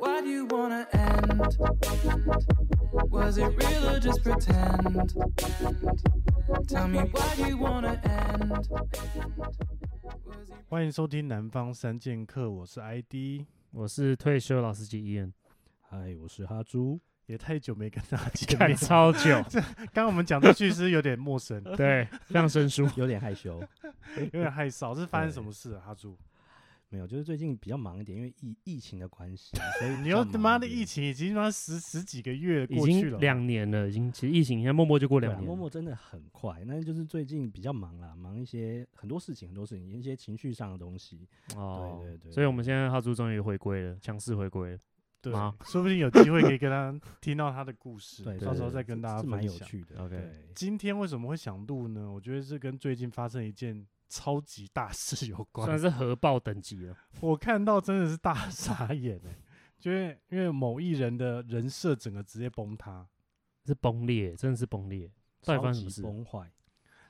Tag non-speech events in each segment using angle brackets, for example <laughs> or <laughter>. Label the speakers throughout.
Speaker 1: how'd you wanna end? Was it real or just pretend? Tell me why'd you wanna end? Was it
Speaker 2: 欢迎收听《南方三剑客》，我是 ID，
Speaker 3: 我是退休老司机 Ian，
Speaker 4: 嗨，我是哈猪。
Speaker 2: 也太久没跟大家见面
Speaker 3: 看 <laughs>
Speaker 2: 了。
Speaker 3: 超
Speaker 2: <laughs>
Speaker 3: 久，
Speaker 2: 刚刚我们讲这句是有点陌
Speaker 3: <laughs>
Speaker 2: 生，
Speaker 4: <laughs>
Speaker 3: 对，非常生疏。
Speaker 4: 有点害羞，
Speaker 2: 有点害臊，是发生什么事啊？阿
Speaker 3: <laughs>
Speaker 2: 朱，
Speaker 4: 没有，就是最近比较忙一点，因为疫疫情的关系，所以
Speaker 3: <laughs>
Speaker 4: 比
Speaker 2: 你
Speaker 4: 较
Speaker 2: 又他妈
Speaker 4: 忙
Speaker 2: 的
Speaker 4: 一点
Speaker 2: 疫情已经他妈十十几个月
Speaker 3: 已
Speaker 2: 过去
Speaker 3: 经
Speaker 2: 了，
Speaker 3: 两年了，啊已经其实疫情现在默默就过
Speaker 4: 对
Speaker 3: 两
Speaker 4: 啊，
Speaker 3: 年了，
Speaker 4: 默默真的很快，那就是最近比较忙啦，忙一些很多事情，很多事情，一些情绪上的东西。
Speaker 3: 哦，
Speaker 4: 对对对
Speaker 3: 所以我们现在哈猪终于回归了，强势回归了，
Speaker 2: 对
Speaker 3: 吗，
Speaker 2: 说不定有机会可以跟他听到他的故事，
Speaker 4: 对，
Speaker 2: 到时候
Speaker 4: 对
Speaker 2: 再跟
Speaker 4: 是
Speaker 2: 大家
Speaker 4: 是蛮
Speaker 2: 分
Speaker 4: 有
Speaker 2: 享。
Speaker 4: 趣的。
Speaker 3: OK
Speaker 4: 对
Speaker 2: 今天为什么会想录呢？我觉得是跟最近发生一件超级大事有
Speaker 3: <laughs> 算
Speaker 2: 关。
Speaker 3: 是核爆等级了。
Speaker 2: 我看到真的是大傻眼哎、就是因为某艺人的人设整个直接崩塌，
Speaker 3: 是崩裂，真的是崩裂。到底
Speaker 4: 超
Speaker 3: 发生什么
Speaker 4: 级
Speaker 3: 事？
Speaker 4: 崩坏，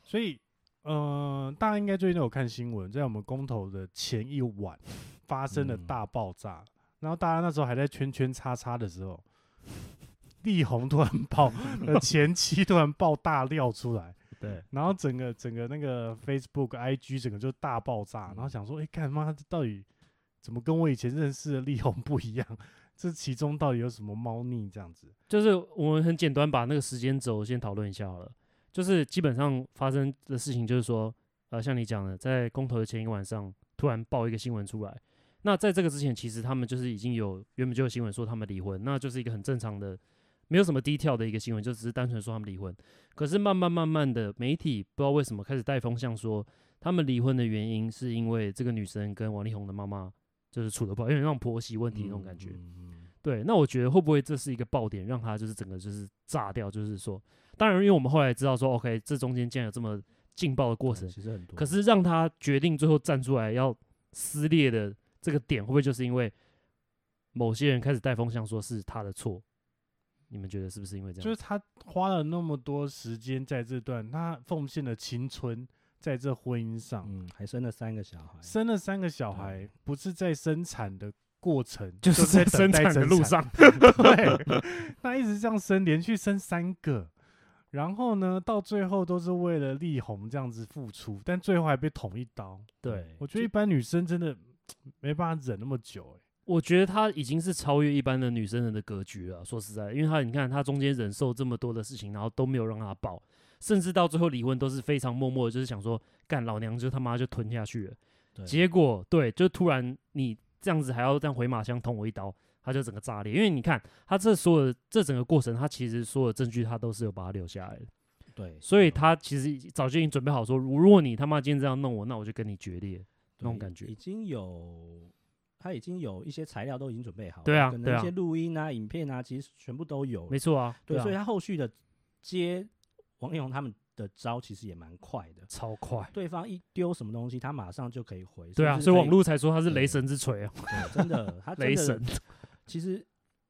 Speaker 2: 所以，呃，大家应该最近都有看新闻，在我们公投的前一晚发生了
Speaker 4: 嗯
Speaker 2: 大爆炸，然后大家那时候还在圈圈叉叉的时候，力宏突然爆，呃，前妻突然爆大料出来，
Speaker 3: 对，
Speaker 2: 然后整个整个那个 Facebook、IG 整个就大爆炸，然后
Speaker 4: 嗯
Speaker 2: 想说，哎、干妈这到底怎么跟我以前认识的力宏不一样？这其中到底有什么猫腻？这样子，
Speaker 3: 就是我们很简单把那个时间轴先讨论一下好了。就是基本上发生的事情，就是说，呃，像你讲的，在公投的前一晚上，突然爆一个新闻出来。那在这个之前，其实他们就是已经有原本就有新闻说他们离婚，那就是一个很正常的，没有什么低调的一个新闻，就只是单纯说他们离婚。可是慢慢慢慢的，媒体不知道为什么开始带风向说，他们离婚的原因是因为这个女生跟王力宏的妈妈就是处的不好，有点那种婆媳问题那种感觉。
Speaker 4: 嗯
Speaker 3: 对，那我觉得会不会这是一个爆点，让他就是整个就是炸掉？就是说，当然，因为我们后来知道说，OK，这中间竟然有这么劲爆的过程，
Speaker 4: 其实很多。
Speaker 3: 可是让他决定最后站出来要撕裂的这个点，会不会就是因为某些人开始带风向，说是他的错？你们觉得是不是因为这样？
Speaker 2: 就是他花了那么多时间在这段，他奉献了青春在这婚姻上，
Speaker 4: 嗯，还生了三个小孩，
Speaker 2: 生了三个小孩
Speaker 4: 对，
Speaker 2: 不是在生产的过程，
Speaker 3: 啊就是在
Speaker 2: 在等
Speaker 3: 生
Speaker 2: 待
Speaker 3: 产的路
Speaker 2: 生
Speaker 3: 上，
Speaker 2: 产， <laughs> 对，那一直这样生，连续生三个，然后呢，到最后都是为了力宏这样子付出，但最后还被捅一刀。嗯
Speaker 3: 对，
Speaker 2: 我觉得一般女生真的没办法忍那么久、欸，
Speaker 3: 我觉得她已经是超越一般的女生人的格局了。说实在，因为她你看，她中间忍受这么多的事情，然后都没有让她爆，甚至到最后离婚都是非常默默的，就是想说，干老娘就他妈就吞下去了。
Speaker 4: 对
Speaker 3: 结果对，就突然你这样子还要这样回马枪捅我一刀，她就整个炸裂。因为你看，她这所有的这整个过程，她其实所有证据她都是有把它留下来的，
Speaker 4: 对，嗯
Speaker 3: 所以
Speaker 4: 有
Speaker 3: 她其实已早就已经准备好说，如如果你他妈今天这样弄我，那我就跟你决裂。那
Speaker 4: 对
Speaker 3: 种感觉
Speaker 4: 已经有，他已经有一些材料都已经准备好了，
Speaker 3: 对啊
Speaker 4: 可
Speaker 3: 对
Speaker 4: 能
Speaker 3: 啊
Speaker 4: 一些录音啊、影片啊，其实全部都有了，
Speaker 3: 没错啊，
Speaker 4: 对，
Speaker 3: 啊
Speaker 4: 所以，他后续的接王力宏他们的招其实也蛮快的，
Speaker 3: 超快。
Speaker 4: 对方一丢什么东西，他马上就可以回，
Speaker 3: 对啊，
Speaker 4: 甚至
Speaker 3: 所以
Speaker 4: 可
Speaker 3: 网络才说他是雷
Speaker 4: 对
Speaker 3: 神之锤啊，
Speaker 4: 对真的，
Speaker 3: <laughs>
Speaker 4: 他真
Speaker 3: 雷
Speaker 4: 的
Speaker 3: 神。
Speaker 4: 其实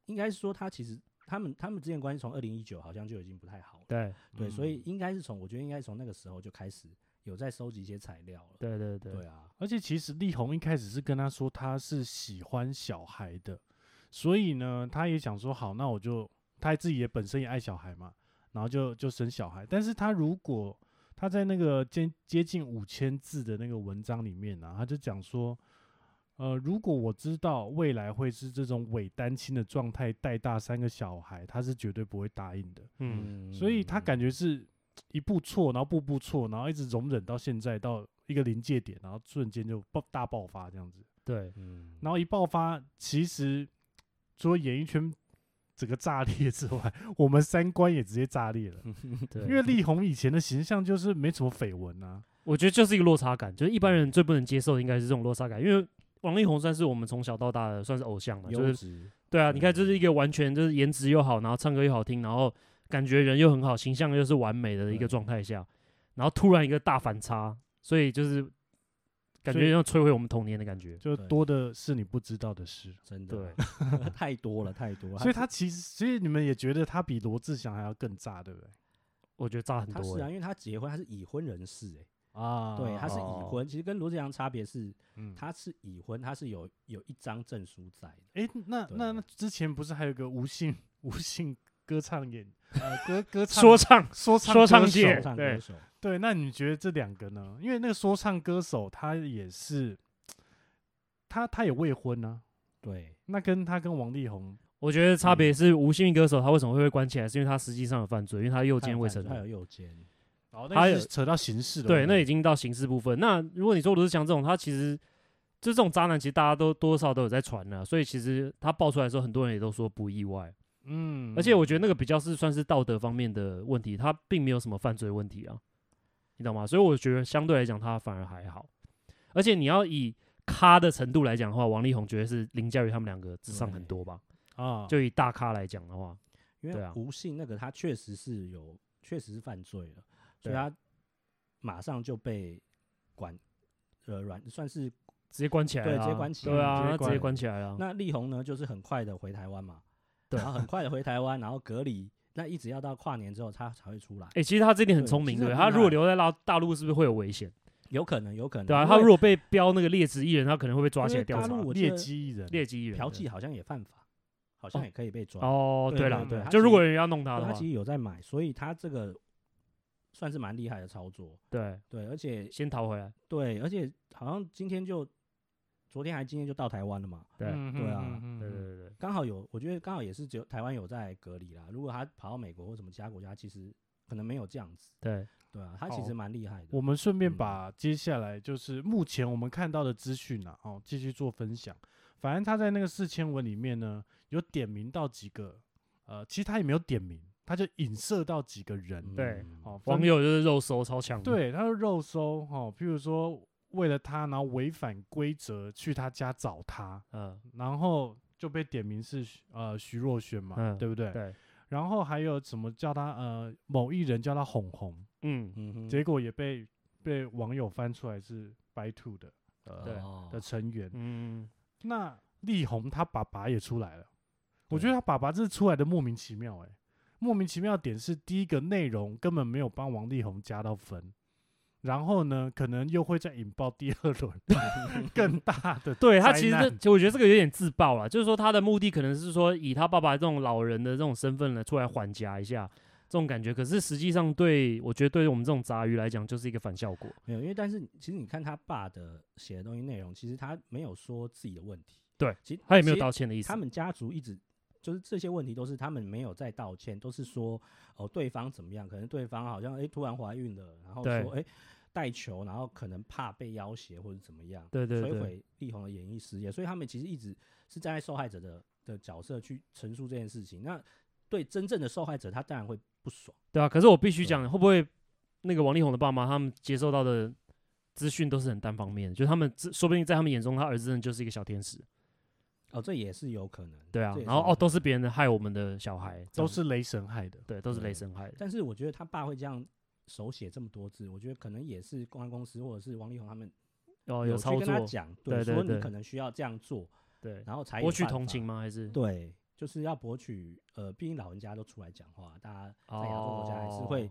Speaker 4: 应该是说他其实他们他们之间关系从二零一九好像就已经不太好了，
Speaker 3: 对
Speaker 4: 对，所以
Speaker 2: 嗯
Speaker 4: 应该是从我觉得应该是从那个时候就开始有在收集一些材料了，
Speaker 3: 对对对
Speaker 4: 对啊，
Speaker 2: 而且其实力宏一开始是跟他说他是喜欢小孩的，所以呢，他也想说好，那我就他自己也本身也爱小孩嘛，然后就就生小孩。但是他如果他在那个接接近五千字的那个文章里面呢、啊他就讲说，呃，如果我知道未来会是这种伪单亲的状态带大三个小孩，他是绝对不会答应的。
Speaker 3: 嗯，
Speaker 2: 所以他感觉是一步错，然后步步错，然后一直容忍到现在到一个临界点，然后瞬间就爆大爆发这样子。
Speaker 3: 对，
Speaker 4: 嗯，
Speaker 2: 然后一爆发，其实除了演艺圈整个炸裂之外，我们三观也直接炸裂了。
Speaker 3: 对，
Speaker 2: 因为力宏以前的形象就是没什么绯闻啊，
Speaker 3: 我觉得就是一个落差感，就是一般人最不能接受的应该是这种落差感，因为王力宏算是我们从小到大的算是偶像嘛，就
Speaker 4: 优
Speaker 3: 是
Speaker 4: 质，
Speaker 3: 对啊，你看
Speaker 4: 嗯
Speaker 3: 就是一个完全就是颜值又好，然后唱歌又好听，然后感觉人又很好，形象又是完美的一个
Speaker 4: 对
Speaker 3: 状态下，然后突然一个大反差，所以就是感
Speaker 2: 所以
Speaker 3: 觉要摧毁我们童年的感觉，
Speaker 2: 就
Speaker 4: 对
Speaker 2: 多的是你不知道的事。
Speaker 4: 真的
Speaker 3: 对
Speaker 4: 啊。 <laughs> 太多了，太多了。
Speaker 2: 所以他其实，所以你们也觉得他比罗志祥还要更炸，对不对？
Speaker 3: 我觉得炸很
Speaker 4: 他
Speaker 3: 多
Speaker 4: 是啊，
Speaker 3: <laughs> 欸，
Speaker 4: 因为他结婚，他是已婚人士哎、
Speaker 2: 啊，
Speaker 4: 对，他是已
Speaker 3: 哦
Speaker 4: 婚，其实跟罗志祥差别是，
Speaker 2: 嗯，
Speaker 4: 他是已婚，他是有有一张证书在的。
Speaker 2: 哎、那那那之前不是还有个吴姓吴姓歌唱演呃歌歌唱
Speaker 3: 说唱
Speaker 2: 说唱
Speaker 3: 说唱
Speaker 2: 歌手
Speaker 3: 界
Speaker 4: 说唱
Speaker 3: 对
Speaker 4: 歌手，
Speaker 2: 对，那你觉得这两个呢？因为那个说唱歌手他也是，他他也未婚呢、
Speaker 4: 对，
Speaker 2: 那跟他跟王力宏
Speaker 3: 我觉得差别
Speaker 4: 嗯
Speaker 3: 是无性歌手他为什么会被关起来，是因为他实际上有犯罪，因为他右
Speaker 4: 他有
Speaker 3: 肩未
Speaker 4: 犯
Speaker 3: 成
Speaker 4: 他有
Speaker 3: 年。
Speaker 4: 右肩，
Speaker 2: 哦，
Speaker 3: 还
Speaker 2: 那
Speaker 3: 有
Speaker 2: 是扯到刑事的问
Speaker 3: 对，
Speaker 2: 题，
Speaker 3: 那已经到刑事部分。那如果你说罗志祥这种，他其实就这种渣男，其实大家都多少都有在传了、所以其实他爆出来的时候，很多人也都说不意外。
Speaker 2: 嗯，
Speaker 3: 而且我觉得那个比较是算是道德方面的问题，他并没有什么犯罪问题啊，你懂吗？所以我觉得相对来讲，他反而还好。而且你要以咖的程度来讲的话，王力宏绝对是凌驾于他们两个之上很多吧？
Speaker 2: 啊，
Speaker 3: 就以大咖来讲的话，
Speaker 4: 因
Speaker 3: 哦对
Speaker 4: 为
Speaker 3: 啊
Speaker 4: 吴姓那个他确实是有，确实是犯罪了，
Speaker 3: 对
Speaker 4: 所以他马上就被管，呃，软算是
Speaker 3: 直接关起来
Speaker 4: 对
Speaker 3: 了啊、
Speaker 4: 直接关起
Speaker 3: 对
Speaker 4: 来
Speaker 3: 啊，
Speaker 2: 直接
Speaker 3: 他直接
Speaker 2: 关
Speaker 3: 关起来了啊。
Speaker 4: 那力宏呢，就是很快的回台湾嘛，
Speaker 3: 对
Speaker 4: 然后
Speaker 3: <laughs>
Speaker 4: 很快的回台湾，然后隔离，那一直要到跨年之后他才会出来，
Speaker 3: 哎、其实他这点很
Speaker 4: 对
Speaker 3: 聪
Speaker 4: 其
Speaker 3: 明，
Speaker 4: 实
Speaker 3: 对不对，
Speaker 4: 很
Speaker 3: 他
Speaker 4: 厉
Speaker 3: 如果
Speaker 4: 害
Speaker 3: 留在大大陆，是不是会有危险？
Speaker 4: 有可能，有可能，
Speaker 3: 对啊，
Speaker 4: 因
Speaker 3: 他
Speaker 4: 为
Speaker 3: 如果被标那个劣质艺人，他可能会被抓
Speaker 4: 因
Speaker 3: 起来
Speaker 4: 为
Speaker 3: 调
Speaker 4: 大
Speaker 3: 查。
Speaker 4: 陆我记
Speaker 2: 劣
Speaker 4: 得
Speaker 2: 迹艺人，
Speaker 3: 劣质艺人
Speaker 4: 嫖
Speaker 3: 的
Speaker 4: 妓好像也犯法，好像也可以被抓，
Speaker 3: 哦，
Speaker 4: 对
Speaker 3: 对
Speaker 4: 对
Speaker 3: 了，
Speaker 2: 对
Speaker 4: 他
Speaker 3: 就
Speaker 4: 其
Speaker 3: 如果
Speaker 4: 实
Speaker 3: 有人要弄他
Speaker 4: 对
Speaker 3: 的
Speaker 4: 他
Speaker 3: 话
Speaker 4: 其，实有在买，所以他这个算是蛮厉害的操作，
Speaker 3: 对，
Speaker 4: 对，而且
Speaker 3: 先逃回来。
Speaker 4: 对，而且好像今天就昨天还今天就到台湾了嘛，
Speaker 3: 对，
Speaker 2: 嗯
Speaker 4: 对啊
Speaker 2: 嗯嗯嗯
Speaker 3: 对
Speaker 2: 嗯
Speaker 3: 对对对。
Speaker 4: 刚好有，我觉得刚好也是只有台湾有在隔离啦。如果他跑到美国或什么其他国家，其实可能没有这样子，
Speaker 3: 对，
Speaker 4: 对啊，他其
Speaker 3: 哦
Speaker 2: 好
Speaker 4: 实蛮厉害的。
Speaker 2: 我们顺便
Speaker 4: 嗯
Speaker 2: 把接下来就是目前我们看到的资讯啊，哦，继续做分享。反正他在那个四千文里面呢，有点名到几个，呃，其实他也没有点名，他就影射到几个人，
Speaker 4: 嗯
Speaker 3: 对
Speaker 2: 哦，分
Speaker 3: 网友就是肉搜超强的，
Speaker 2: 对，他说肉搜哈、哦，譬如说为了他，然后违反规则去他家找他，
Speaker 3: 嗯，
Speaker 2: 然后就被点名是徐呃徐若瑄嘛，
Speaker 3: 嗯
Speaker 2: 对不对？
Speaker 3: 对，
Speaker 2: 然后还有什么叫他呃某艺人叫他哄哄，
Speaker 3: 嗯，
Speaker 4: 嗯哼，
Speaker 2: 结果也被被网友翻出来是白兔的呃
Speaker 3: 对
Speaker 4: 哦
Speaker 2: 的成员。
Speaker 3: 嗯，
Speaker 2: 那力宏他爸爸也出来了，我觉得他爸爸这出来的莫名其妙哎、莫名其妙的点是第一个内容根本没有帮王力宏加到分，然后呢，可能又会再引爆第二
Speaker 3: <laughs>
Speaker 2: 轮更大的
Speaker 3: 对他
Speaker 2: 灾
Speaker 3: 其实
Speaker 2: 难
Speaker 3: 这就我觉得这个有点自爆了，就是说他的目的可能是说以他爸爸这种老人的这种身份呢出来缓夹一下这种感觉，可是实际上对我觉得对我们这种杂鱼来讲就是一个反效果，
Speaker 4: 没有，因为但是你其实你看他爸的写的东西内容，其实他没有说自己的问题，
Speaker 3: 对，
Speaker 4: 其实
Speaker 3: 他也没有
Speaker 4: 其实
Speaker 3: 道歉的意思
Speaker 4: 他，们家族一直就是这些问题都是他们没有在道歉，都是说哦对方怎么样，可能对方好像哎、突然怀孕了，然后
Speaker 3: 对
Speaker 4: 说哎带球，然后可能怕被要挟或者怎么样，
Speaker 3: 对对
Speaker 4: 摧
Speaker 3: 对，
Speaker 4: 毁力宏的演艺事业，所以他们其实一直是站在受害者的的角色去陈述这件事情。那对真正的受害者，他当然会不爽。
Speaker 3: 对啊，可是我必须
Speaker 4: 对
Speaker 3: 讲，会不会那个王力宏的爸妈他们接受到的资讯都是很单方面的，就是他们自说不定在他们眼中，他儿子真的就是一个小天使，
Speaker 4: 哦，这也是有可能。
Speaker 3: 对啊
Speaker 4: 这，也
Speaker 3: 然后
Speaker 4: 有
Speaker 3: 哦
Speaker 4: 可
Speaker 3: 都是
Speaker 4: 能。
Speaker 3: 别人害我们的小孩，这
Speaker 2: 都
Speaker 3: 种
Speaker 2: 是雷神害的。
Speaker 3: 对，都是雷
Speaker 4: 对
Speaker 3: 神害的，
Speaker 4: 但是我觉得他爸会这样手写这么多字，我觉得可能也是公安公司或者是王力宏他们
Speaker 3: 哦有
Speaker 4: 去
Speaker 3: 操
Speaker 4: 跟他
Speaker 3: 作，
Speaker 4: 讲，
Speaker 3: 对对
Speaker 4: 说
Speaker 3: 对
Speaker 4: 你可能需要这样做，
Speaker 3: 对，
Speaker 4: 然后才有
Speaker 3: 博取
Speaker 4: 办
Speaker 3: 同
Speaker 4: 法
Speaker 3: 情。吗？还是
Speaker 4: 对，就是要博取。呃，毕竟老人家都出来讲话，大家在亚洲国家还是会
Speaker 3: 哦。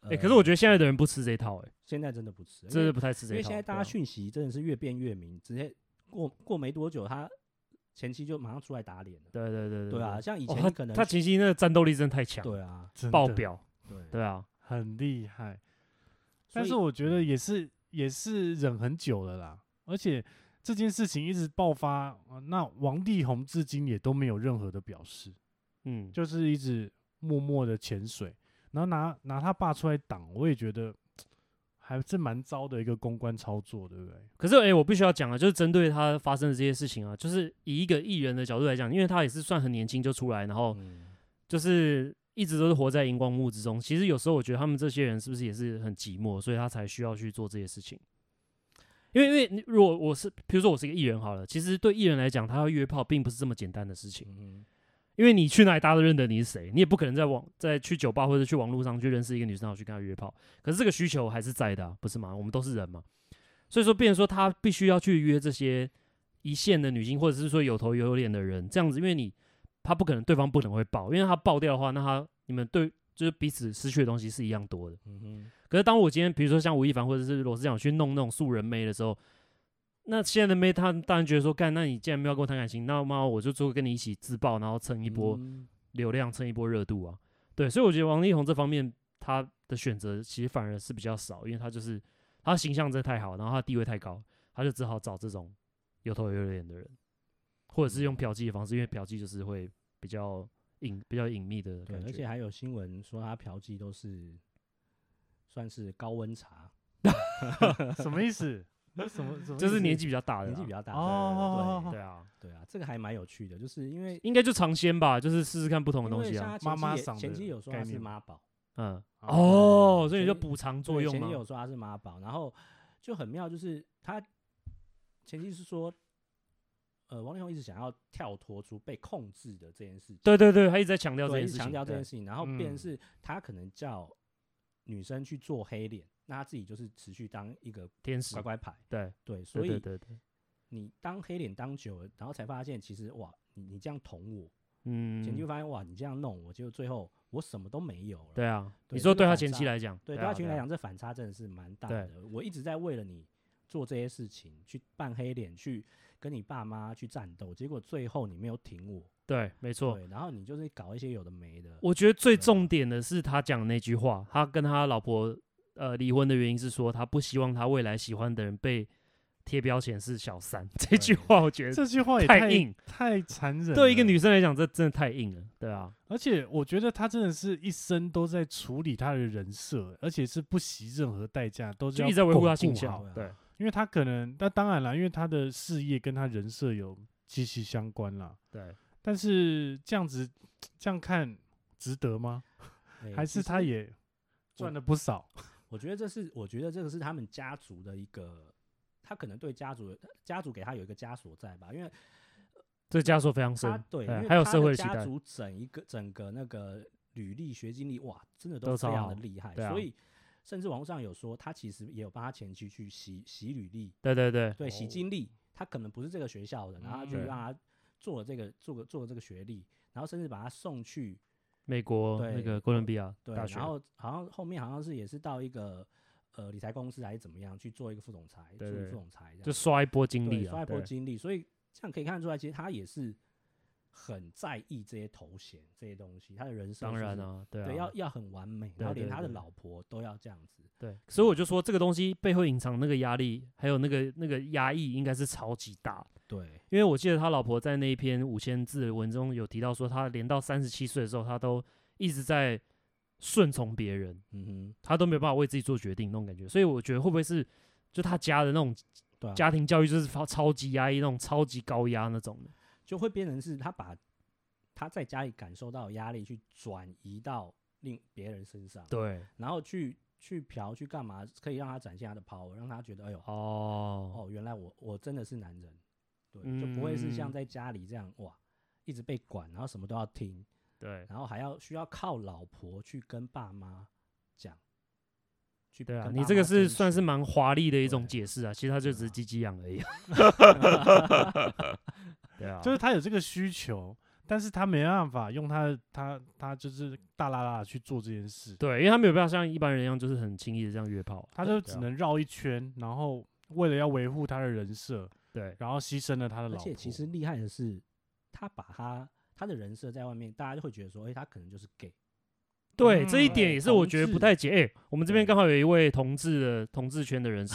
Speaker 4: 呃
Speaker 3: 哎、可是我觉得现在的人不吃这一套、哎，
Speaker 4: 现在真的不吃，因
Speaker 3: 真
Speaker 4: 为
Speaker 3: 的不太吃这
Speaker 4: 因
Speaker 3: 一
Speaker 4: 为
Speaker 3: 套。
Speaker 4: 现在大
Speaker 3: 对啊
Speaker 4: 家讯息真的是越变越明，直接过过没多久，他前妻就马上出来打脸了。
Speaker 3: 对对对对
Speaker 4: 对啊，，像以
Speaker 3: 哦，
Speaker 4: 前
Speaker 3: 他
Speaker 4: 你可能
Speaker 3: 他前期那个战斗力真的太强，
Speaker 4: 对啊，
Speaker 2: 真
Speaker 3: 爆
Speaker 2: 的
Speaker 3: 表，
Speaker 4: 对，
Speaker 3: 对啊，
Speaker 2: 很厉害，
Speaker 4: 所
Speaker 2: 但是
Speaker 4: 以
Speaker 2: 我觉得也是也是忍很久了啦，而且这件事情一直爆发，呃那王力宏至今也都没有任何的表示，
Speaker 3: 嗯，
Speaker 2: 就是一直默默的潜水，然后拿拿他爸出来挡，我也觉得还是蛮糟的一个公关操作，对不对？ <laughs>
Speaker 3: 可是哎、我必须要讲啊，就是针对他发生的这些事情啊，就是以一个艺人的角度来讲，因为他也是算很年轻就出来，然后
Speaker 4: 嗯
Speaker 3: 就是一直都是活在荧光幕之中。其实有时候我觉得他们这些人是不是也是很寂寞，所以他才需要去做这些事情。因为因为你如果我是，比如说我是一个艺人好了，其实对艺人来讲，他要约炮并不是这么简单的事情。
Speaker 4: 嗯
Speaker 3: 因为你去哪里大家都认得你是谁，你也不可能在网在去酒吧或者去网络上去认识一个女生，然后去跟她约炮。可是这个需求还是在的啊、不是吗？我们都是人嘛，所以说，变成说他必须要去约这些一线的女性，或者是说有头有脸的人，这样子，因为你他不可能对方不可能会爆，因为他爆掉的话，那他你们对就是彼此失去的东西是一样多的。
Speaker 4: 嗯哼，
Speaker 3: 可是当我今天比如说像吴亦凡或者是罗志祥去弄那种素人妹的时候，那现在的妹她当然觉得说，干，那你既然没有跟我谈感情，那妈我就做跟你一起自爆，然后蹭一波
Speaker 4: 嗯
Speaker 3: 流量，蹭一波热度啊。对，所以我觉得王力宏这方面他的选择其实反而是比较少，因为他就是他形象真的太好，然后他地位太高，他就只好找这种有头有脸的人，或者是
Speaker 4: 嗯
Speaker 3: 用嫖妓的方式，因为嫖妓就是会比较隐比较隐秘的
Speaker 4: 对，
Speaker 3: 感
Speaker 4: 而且
Speaker 3: 觉。
Speaker 4: 还有新闻说他嫖妓都是算是高温茶，
Speaker 2: 什么意思？什么什么意思？
Speaker 3: 就是年纪比较大的啊，
Speaker 4: 年纪比较大，
Speaker 2: 哦
Speaker 4: 对
Speaker 3: 对啊，
Speaker 4: 对对啊，这个还蛮有趣的，就是因为
Speaker 3: 应该就尝鲜吧，就是试试看不同
Speaker 4: 因
Speaker 3: 的东
Speaker 4: 为
Speaker 3: 西
Speaker 4: 像
Speaker 3: 啊
Speaker 4: 他。
Speaker 2: 妈
Speaker 4: 前
Speaker 2: 妈
Speaker 4: 期也
Speaker 2: 嗓
Speaker 4: 前
Speaker 2: 的
Speaker 4: 期有说
Speaker 2: 概
Speaker 4: 他是
Speaker 2: 念
Speaker 4: 妈宝，
Speaker 3: 嗯，
Speaker 2: 哦
Speaker 3: 哦，所以
Speaker 4: 前
Speaker 3: 就
Speaker 4: 期
Speaker 3: 补偿作
Speaker 4: 对，
Speaker 3: 用
Speaker 4: 前
Speaker 3: 吗
Speaker 4: 期？有说他是妈宝，然后就很妙，就是他前期是说，呃，王力宏一直想要跳脱出被控制的这件事情，
Speaker 3: 对对对，他一直在强调这
Speaker 4: 对，一
Speaker 3: 件
Speaker 4: 直
Speaker 3: 事
Speaker 4: 强
Speaker 3: 情，
Speaker 4: 调这件
Speaker 3: 对
Speaker 4: 事情，然后变成
Speaker 2: 嗯
Speaker 4: 是他可能叫女生去做黑脸，那他自己就是持续当一个
Speaker 3: 天使
Speaker 4: 乖，乖牌，
Speaker 3: 对，
Speaker 4: 对，所
Speaker 3: 对对
Speaker 4: 以
Speaker 3: 对对，
Speaker 4: 你当黑脸当久了，然后才发现其实哇，你你这样捅我，前期
Speaker 3: 嗯，
Speaker 4: 发现哇，你这样弄我，结果最后我什么都没有了。
Speaker 3: 对啊，
Speaker 4: 对
Speaker 3: 你说
Speaker 4: 这个
Speaker 3: 对他
Speaker 4: 反
Speaker 3: 前期
Speaker 4: 差
Speaker 3: 来讲，
Speaker 4: 对，对
Speaker 3: 啊
Speaker 4: 他群来，
Speaker 3: 啊
Speaker 4: 讲，这反差真的是蛮大
Speaker 3: 对
Speaker 4: 的。我一直在为了你做这些事情，去扮黑脸，去跟你爸妈去战斗，结果最后你没有挺我，
Speaker 3: 对，没错。
Speaker 4: 对，然后你就是搞一些有的没的。
Speaker 3: 我觉得最
Speaker 4: 对啊
Speaker 3: 重点的是他讲的那句话，他跟他老婆呃离婚的原因是说他不希望他未来喜欢的人被贴标签是小三，这句话我觉得
Speaker 2: 这句话也
Speaker 3: 太
Speaker 2: 太
Speaker 3: 硬，
Speaker 2: 太残忍。
Speaker 3: 对一个女，生来讲，这真的太硬了，对啊，
Speaker 2: 而且我觉得她真的是一生都在处理她的人设，而且是不惜任何代价，都是
Speaker 3: 就
Speaker 2: 要
Speaker 3: 一直在维护
Speaker 2: 巩
Speaker 3: 她形
Speaker 2: 固
Speaker 3: 象
Speaker 4: 啊
Speaker 3: 啊
Speaker 2: 好，
Speaker 4: 哎
Speaker 3: 对，
Speaker 2: 因为她可能，那当然啦，因为她的事业跟她人设有息息相关啦。
Speaker 3: 对，
Speaker 2: 但是这样子这样看值得吗？
Speaker 4: 哎
Speaker 2: 还
Speaker 4: 其
Speaker 2: 是她
Speaker 4: 实
Speaker 2: 也赚了不少？
Speaker 4: 我觉得这是，我觉得这个是他们家族的一个，他可能对家族家族给他有一个枷锁在吧，因为
Speaker 3: 这个枷锁非常
Speaker 4: 他
Speaker 3: 深，
Speaker 4: 对，
Speaker 3: 对啊
Speaker 4: 因为
Speaker 3: 哎还有
Speaker 4: 他
Speaker 3: 社
Speaker 4: 的
Speaker 3: 会的期
Speaker 4: 家
Speaker 3: 待
Speaker 4: 族整一个整个那个履历、学经历，哇，真的
Speaker 3: 都
Speaker 4: 都非
Speaker 3: 超
Speaker 4: 常
Speaker 3: 好
Speaker 4: 的厉害，
Speaker 3: 对啊
Speaker 4: 所以甚至网络上有说，他其实也有帮他前妻去洗洗履历，
Speaker 3: 对对对，
Speaker 4: 对，洗
Speaker 2: 哦
Speaker 4: 经历，他可能不是这个学校的，然后他
Speaker 2: 嗯
Speaker 4: 就
Speaker 3: 对
Speaker 4: 让他做了这个做个做了这个学历，然后甚至把他送去
Speaker 3: 美国那
Speaker 4: 对
Speaker 3: 个哥伦比亚
Speaker 4: 对，
Speaker 3: 大学
Speaker 4: 然，后好像后面好像是也是到一个呃理财公司还是怎么样去做一个副总裁，
Speaker 3: 对
Speaker 4: 助理
Speaker 3: 对
Speaker 4: 副总裁这样，
Speaker 3: 就刷一波经
Speaker 4: 对
Speaker 3: 历啊，
Speaker 4: 刷一波
Speaker 3: 对
Speaker 4: 经历，所以这样可以看得出来，其实他也是很在意这些头衔这些东西，他的人生
Speaker 3: 当然
Speaker 4: 了，
Speaker 3: 啊，对
Speaker 4: 对，
Speaker 3: 啊
Speaker 4: 要，要很完美，
Speaker 3: 对
Speaker 4: 然后连
Speaker 3: 对
Speaker 4: 他的
Speaker 3: 对
Speaker 4: 老婆都要这样子，
Speaker 3: 对，所以我就说这个东西背后隐藏那个压力，还有那个那个压抑，应该是超级大的
Speaker 4: 对，
Speaker 3: 因为我记得他老婆在那一篇五千字的文中有提到说，他连到三十七岁的时候，他都一直在顺从别人，
Speaker 4: 嗯哼，
Speaker 3: 他都没有办法为自己做决定那种感觉。所以我觉得会不会是就他家的那种
Speaker 4: 对、啊，
Speaker 3: 家庭教育就是超超级压抑、那种超级高压那种的？
Speaker 4: 就会变成是他把他在家里感受到的压力去转移到另别人身上，
Speaker 3: 对，
Speaker 4: 然后去去嫖去干嘛，可以让他展现他的 power，让他觉得哎呦。
Speaker 3: 哦，
Speaker 4: 哦，原来我我真的是男人，对，就不会是像
Speaker 3: 嗯
Speaker 4: 在家里这样哇，一直被管，然后什么都要听，
Speaker 3: 对，
Speaker 4: 然后还要需要靠老婆去跟爸妈讲，去
Speaker 3: 对啊，
Speaker 4: 跟
Speaker 3: 你
Speaker 4: 爸
Speaker 3: 这个
Speaker 4: 妈
Speaker 3: 是
Speaker 4: 争
Speaker 3: 算是
Speaker 4: 取
Speaker 3: 蛮华丽的一种
Speaker 4: 对
Speaker 3: 解释啊，其实他就只是
Speaker 4: 对啊
Speaker 3: 鸡鸡痒而
Speaker 4: <laughs>
Speaker 3: 已。 <laughs> 对啊，
Speaker 2: 就是她有这个需求，但是她没办法用她她她就是大啦啦地去做这件事，
Speaker 3: 对，因为他没有办法像一般人一样，就是很轻易的这样约炮啊，
Speaker 2: 她就
Speaker 3: 对
Speaker 2: 只
Speaker 3: 啊
Speaker 2: 能绕一圈，然后为了要维护她的人设，
Speaker 3: 对
Speaker 2: 然后牺牲了她的
Speaker 4: 而
Speaker 2: 老
Speaker 4: 且
Speaker 2: 婆。
Speaker 4: 其实厉害的是，他把他他的人设在外面，大家就会觉得说，哎、他可能就是 gay，
Speaker 3: 对，这一
Speaker 2: 嗯
Speaker 3: 点也是
Speaker 2: 同
Speaker 3: 我觉得不
Speaker 2: 志
Speaker 3: 太解。哎、我们这边
Speaker 4: 对
Speaker 3: 刚好有一位同志的同志圈的人
Speaker 2: <laughs>
Speaker 3: 士，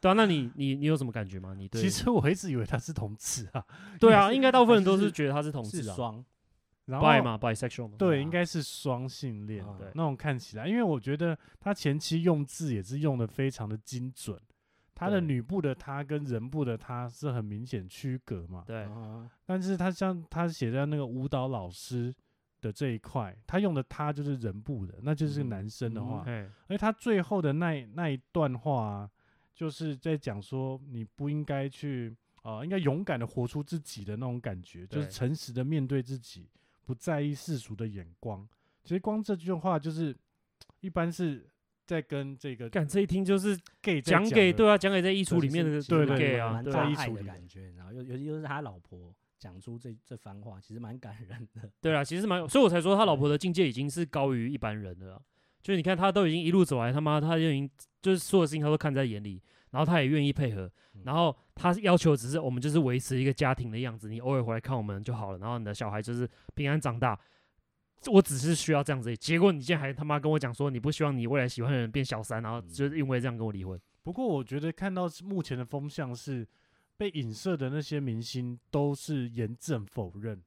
Speaker 3: 对啊，那你你你有什么感觉吗？你对
Speaker 2: 其实我一直以为她是同志啊，
Speaker 3: 对
Speaker 2: 也 <laughs>
Speaker 3: 啊，
Speaker 2: 是
Speaker 3: 应该大部分人都
Speaker 2: 是
Speaker 3: 是觉得他是同
Speaker 4: 是
Speaker 3: 志啊，
Speaker 4: 双，
Speaker 2: 然后
Speaker 3: 拜嘛，bisexual 嘛，
Speaker 2: 对，
Speaker 4: 啊
Speaker 2: 应该是双性恋
Speaker 4: 啊
Speaker 3: 对
Speaker 2: 那种看起来，因为我觉得她前期用字也是用的非常的精准，她的
Speaker 3: 对
Speaker 2: 女部的她跟人部的她是很明显区隔嘛。
Speaker 3: 对
Speaker 4: 啊
Speaker 2: 但是他像他写在那个舞蹈老师的这一块，他用的他就是人部的，那就是个
Speaker 4: 嗯
Speaker 2: 男生的
Speaker 4: 嗯
Speaker 2: 话，
Speaker 3: 哎，
Speaker 2: 而他最后的那那一段话、啊，就是在讲说你不应该去啊、呃应该勇敢的活出自己的那种感觉，就是
Speaker 3: 对
Speaker 2: 诚实的面对自己，不在意世俗的眼光。其实光这句话就是，一般是在跟这个
Speaker 3: 干这一听就是
Speaker 2: gay 在
Speaker 3: 讲给
Speaker 2: 的
Speaker 3: 对啊，讲给在衣橱里
Speaker 4: 其
Speaker 3: 面
Speaker 4: 实
Speaker 3: 的
Speaker 4: 其实
Speaker 2: 对
Speaker 4: 蛮
Speaker 3: gay
Speaker 4: 蛮
Speaker 3: 啊，
Speaker 4: 蛮
Speaker 3: 对
Speaker 2: 在
Speaker 3: 啊
Speaker 4: 大
Speaker 2: 意
Speaker 4: 爱
Speaker 2: 处
Speaker 4: 的
Speaker 2: 里
Speaker 4: 感觉，然后尤尤其又是他老婆讲出这这番话，其实蛮感人的。
Speaker 3: 对啊，其实蛮有，所以我才说他老婆的境界已经是高于一般人的了啊。就是你看他都已经一路走来，他妈他就已经就是所有事情他都看在眼里，然后他也愿意配合，然后他要求只是我们就是维持一个家庭的样子，你偶尔回来看我们就好了，然后你的小孩就是平安长大。我只是需要这样子而已，结果你竟然还他妈跟我讲说你不希望你未来喜欢的人变小三，然后就是因为这样跟我离婚。
Speaker 2: 不过我觉得看到是目前的风向是，被影射的那些明星都是严正否认，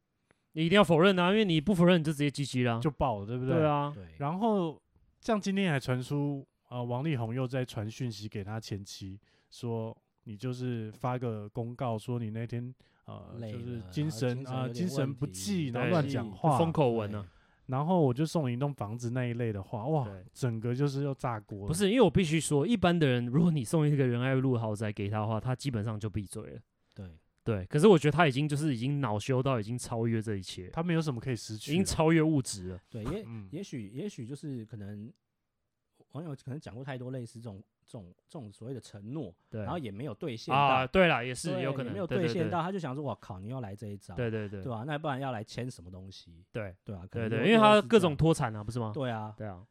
Speaker 3: 你一定要否认啊，因为你不否认你就直接 GG 啦。
Speaker 2: 就爆了，对不对？
Speaker 3: 对。啊，
Speaker 4: 对，
Speaker 2: 然后像今天还传出，呃，王力宏又在传讯息给他前妻，说你就是发个公告，说你那天呃
Speaker 4: 累
Speaker 2: 就是
Speaker 4: 了
Speaker 2: 精
Speaker 4: 然后
Speaker 2: 神
Speaker 4: 精神
Speaker 2: 啊、
Speaker 4: 有点
Speaker 2: 精神
Speaker 4: 问
Speaker 2: 不
Speaker 4: 题
Speaker 2: 济，然后
Speaker 3: 对
Speaker 2: 乱讲话，
Speaker 3: 封口文呢、啊
Speaker 2: 然后我就送你一栋房子那一类的话，哇
Speaker 3: 对，
Speaker 2: 整个就是又炸锅了。
Speaker 3: 不是，因为我必须说，一般的人，如果你送一个仁爱路的豪宅给他的话，他基本上就闭嘴了。
Speaker 4: 对，
Speaker 3: 对，可是我觉得他已经就是已经恼羞到已经超越这一切，
Speaker 2: 他没有什么可以失
Speaker 3: 已
Speaker 2: 去
Speaker 3: 经
Speaker 4: 啊
Speaker 2: 的，
Speaker 3: 超越物质了。
Speaker 4: 对，也
Speaker 2: 嗯
Speaker 4: 也许也许就是可能网友可能讲过太多类似这种这种这种所谓的承诺，
Speaker 3: 对，
Speaker 4: 然后也没有兑现
Speaker 3: 啊，
Speaker 4: 到，
Speaker 3: 对啦，也是
Speaker 4: 对
Speaker 3: 有
Speaker 4: 也
Speaker 3: 可能
Speaker 4: 没有
Speaker 3: 对
Speaker 4: 兑
Speaker 3: 对
Speaker 4: 现
Speaker 3: 对
Speaker 4: 到，他就想说，我靠，你要来这一招，
Speaker 3: 对对对
Speaker 4: 对吧？啊那不然要来签什么东西？
Speaker 3: 对
Speaker 4: 对啊，可
Speaker 3: 对
Speaker 4: 能
Speaker 3: 对，
Speaker 4: 有
Speaker 3: 因为
Speaker 4: 有
Speaker 3: 他
Speaker 4: 是
Speaker 3: 各
Speaker 4: 这
Speaker 3: 种
Speaker 4: 样
Speaker 3: 拖产啊，不是吗？
Speaker 4: 对啊，
Speaker 3: 对啊，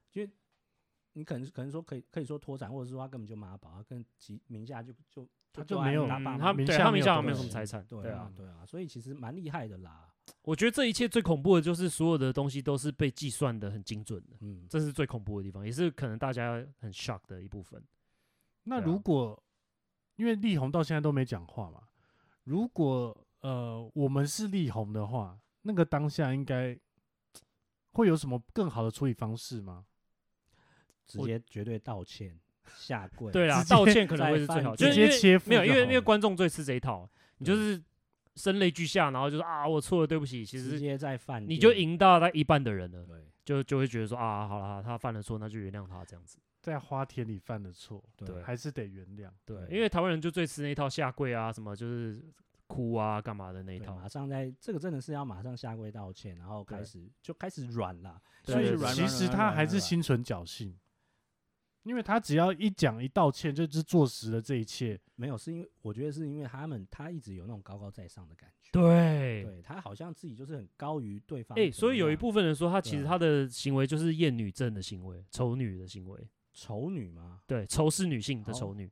Speaker 4: 你可能可能说可以可以说脱产，或者说他根本就妈宝，他跟其名下就就
Speaker 2: 他
Speaker 4: 就
Speaker 2: 就
Speaker 4: 爱
Speaker 2: 没有
Speaker 4: 他
Speaker 2: 嗯
Speaker 4: 爸
Speaker 3: 他
Speaker 4: 妈
Speaker 2: 名
Speaker 3: 对
Speaker 2: 下
Speaker 3: 他
Speaker 2: 没
Speaker 3: 名
Speaker 2: 有
Speaker 3: 下
Speaker 2: 东
Speaker 3: 没有什么
Speaker 4: 西
Speaker 3: 财产，
Speaker 4: 对啊
Speaker 3: 啊。
Speaker 4: 对啊，所以其实蛮厉害的啦，
Speaker 3: 我觉得这一切最恐怖的就是所有的东西都是被计算的很精准的，
Speaker 4: 嗯，
Speaker 3: 这是最恐怖的地方，也是可能大家很 shock 的一部分。
Speaker 2: 那
Speaker 3: 对啊
Speaker 2: 如果、因为力宏到现在都没讲话嘛，如果呃我们是力宏的话，那个当下应该会有什么更好的处理方式吗？
Speaker 4: 直
Speaker 3: 我
Speaker 4: 接绝对道歉下跪，
Speaker 3: 对啦，
Speaker 2: 直接
Speaker 3: 道歉可能
Speaker 4: 再
Speaker 3: 会是最
Speaker 4: 犯
Speaker 3: 好，
Speaker 4: 罪
Speaker 3: 就是
Speaker 2: 直
Speaker 3: 因
Speaker 2: 接
Speaker 3: 为
Speaker 2: 切腹
Speaker 3: 没有，
Speaker 2: 就
Speaker 3: 因为
Speaker 2: 好
Speaker 3: 因为
Speaker 2: 了
Speaker 3: 观众最吃这一套，你就
Speaker 4: 对
Speaker 3: 是声泪俱下，然后就说啊我错了，对不起，其
Speaker 4: 直
Speaker 3: 实
Speaker 4: 接在饭
Speaker 3: 你就
Speaker 4: 店，
Speaker 3: 赢到他一半的人了，
Speaker 4: 对
Speaker 3: 就就会觉得说啊好了，他犯了错，那就原谅他这样子。
Speaker 2: 在花田里犯的错，
Speaker 4: 对
Speaker 2: 还是得原谅。
Speaker 3: 对，
Speaker 4: 对
Speaker 3: 因为台湾人就最吃那一套下跪啊，什么就是哭啊干嘛的那一
Speaker 4: 对
Speaker 3: 套
Speaker 4: 马。上在这个真的是要马上下跪道歉，然后开
Speaker 3: 对
Speaker 4: 始就开始软啦，
Speaker 3: 对
Speaker 4: 所以
Speaker 3: 对
Speaker 4: 软
Speaker 3: 对
Speaker 4: 软
Speaker 2: 其
Speaker 4: 软
Speaker 2: 实
Speaker 4: 软
Speaker 2: 他
Speaker 4: 软
Speaker 2: 还是
Speaker 4: 软
Speaker 2: 心存侥幸，因为他只要一讲一道歉，就是坐实了这一切。
Speaker 4: 没有，是因为我觉得是因为他们他一直有那种高高在上的感觉，
Speaker 3: 对，
Speaker 4: 对他好像自己就是很高于对方怎么
Speaker 3: 哎、
Speaker 4: 样，
Speaker 3: 所以有一部分人说他其
Speaker 4: 对
Speaker 3: 实
Speaker 4: 啊
Speaker 3: 他的行为就是厌女症的行为，丑女的行为，
Speaker 4: 丑女嘛，
Speaker 3: 对，仇视女性的
Speaker 4: 好
Speaker 3: 丑女。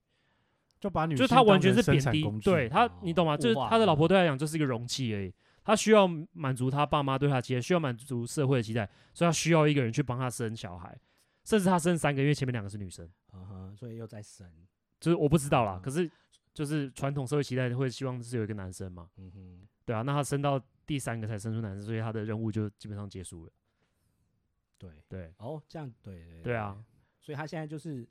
Speaker 2: 就把女
Speaker 3: 就是
Speaker 2: 性
Speaker 3: 他
Speaker 2: 当
Speaker 3: 完全
Speaker 2: 成
Speaker 3: 是
Speaker 2: 生
Speaker 3: 贬
Speaker 2: 产
Speaker 3: 低
Speaker 2: 工，具
Speaker 3: 对他，你懂吗？
Speaker 4: 哦
Speaker 3: 就是
Speaker 4: 物化
Speaker 3: 他的老
Speaker 4: 了
Speaker 3: 婆对他来讲就是一个容器而已，他需要满足他爸妈对他的期待，需要满足社会的期待，所以他需要一个人去帮他生小孩，甚至他生三个，因为前面两个是女生，
Speaker 4: 嗯哼，所以又在生，
Speaker 3: 就是我不知道啦
Speaker 4: 嗯，
Speaker 3: 可是就是传统社会期待会希望是有一个男生嘛，
Speaker 4: 嗯哼，
Speaker 3: 对啊，那他生到第三个才生出男生，所以他的任务就基本上结束了，
Speaker 4: 对，
Speaker 3: 对
Speaker 4: 哦，这样对对
Speaker 3: 对啊，，
Speaker 4: 所以他现在就是，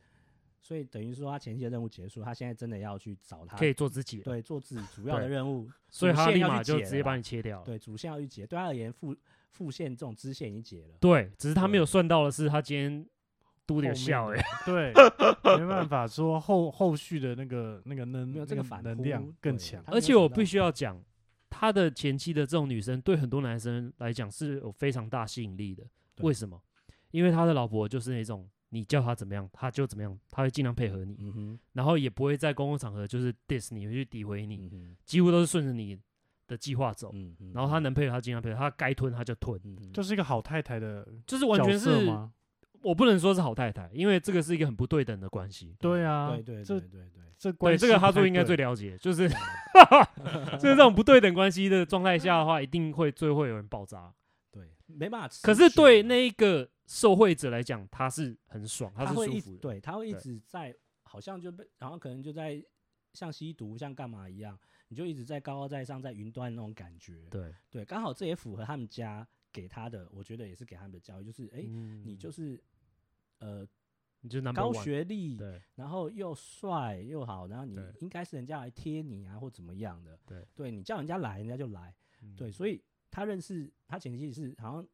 Speaker 4: 所以等于说他前期的任务结束，他现在真的要去找他
Speaker 3: 可以做自己了，
Speaker 4: 对做自己主要
Speaker 3: 对
Speaker 4: 的任务，
Speaker 3: 所以
Speaker 4: 主
Speaker 3: 他
Speaker 4: 线
Speaker 3: 立
Speaker 4: 要去
Speaker 3: 马就
Speaker 4: 解
Speaker 3: 直接
Speaker 4: 了
Speaker 3: 把
Speaker 4: 啦
Speaker 3: 你切掉了，
Speaker 4: 对主线要去解，对他而言副副线这种支线已经解了，
Speaker 3: 对，只是他没有
Speaker 4: 对
Speaker 3: 算到的是他今天嘟
Speaker 2: 后
Speaker 3: 点
Speaker 2: 面
Speaker 3: 笑
Speaker 2: 的
Speaker 3: 哎， <laughs>
Speaker 2: 对，没办法说后后续的那个那个能
Speaker 4: 没有这
Speaker 2: 那
Speaker 4: 个反
Speaker 2: 能
Speaker 4: 扑
Speaker 2: 量更
Speaker 4: 对
Speaker 2: 强
Speaker 4: 他。没
Speaker 3: 而
Speaker 4: 有
Speaker 3: 且
Speaker 4: 想
Speaker 3: 我
Speaker 4: 到
Speaker 3: 必须要讲，她的前妻的这种女生对很多男生来讲是有非常大吸引力的。
Speaker 4: 对
Speaker 3: 为什么？因为他的老婆就是那种你叫他怎么样，他就怎么样，他会尽量配合你，
Speaker 4: 嗯哼，
Speaker 3: 然后也不会在公共场合就是 diss 你，去诋毁你，
Speaker 4: 嗯哼，
Speaker 3: 几乎都是顺着你的计划走。
Speaker 4: 嗯哼，
Speaker 3: 然后他能配合，他尽量配合，他该吞他就吞，
Speaker 4: 嗯哼，
Speaker 2: 就是一个好太太的
Speaker 3: 就是完
Speaker 2: 角
Speaker 3: 全
Speaker 2: 色
Speaker 3: 是
Speaker 2: 吗？
Speaker 3: 我不能说是好太太，因为这个是一个很不对等的关系。
Speaker 2: 对啊，
Speaker 4: 对对
Speaker 2: 这
Speaker 4: 对对对，
Speaker 2: 这关
Speaker 3: 对，
Speaker 2: 系
Speaker 3: 这个哈
Speaker 2: 不
Speaker 3: 猪
Speaker 2: 太
Speaker 3: 应该
Speaker 2: 对
Speaker 3: 最
Speaker 2: <laughs>
Speaker 3: 了解，就是就是这种不对等关系的状态下的话，一定会最会有人爆炸。
Speaker 4: 对，没办法持续
Speaker 3: 可
Speaker 4: 啊。
Speaker 3: 是对那一个受贿者来讲，他是很爽，
Speaker 4: 他
Speaker 3: 是
Speaker 4: 会
Speaker 3: 舒
Speaker 4: 一
Speaker 3: 服
Speaker 4: 直
Speaker 3: 的。
Speaker 4: 对，他会一
Speaker 3: 对
Speaker 4: 直在，好像就被，然后可能就在像吸毒、像干嘛一样，你就一直在高高在上，在云端那种感觉。
Speaker 3: 对，
Speaker 4: 对，刚好这也符合他们家给他的，我觉得也是给他们的教育，就是哎、你
Speaker 3: 你
Speaker 4: 就是呃
Speaker 3: 嗯你就是 number
Speaker 4: 高
Speaker 3: one
Speaker 4: 学历，
Speaker 3: 对
Speaker 4: 然后又帅又好，然后你
Speaker 3: 对
Speaker 4: 应该是人家来贴你啊，或怎么样的。
Speaker 3: 对，
Speaker 4: 对你叫人家来，人家就来。
Speaker 3: 嗯
Speaker 4: 对，所以他认识他前妻是好像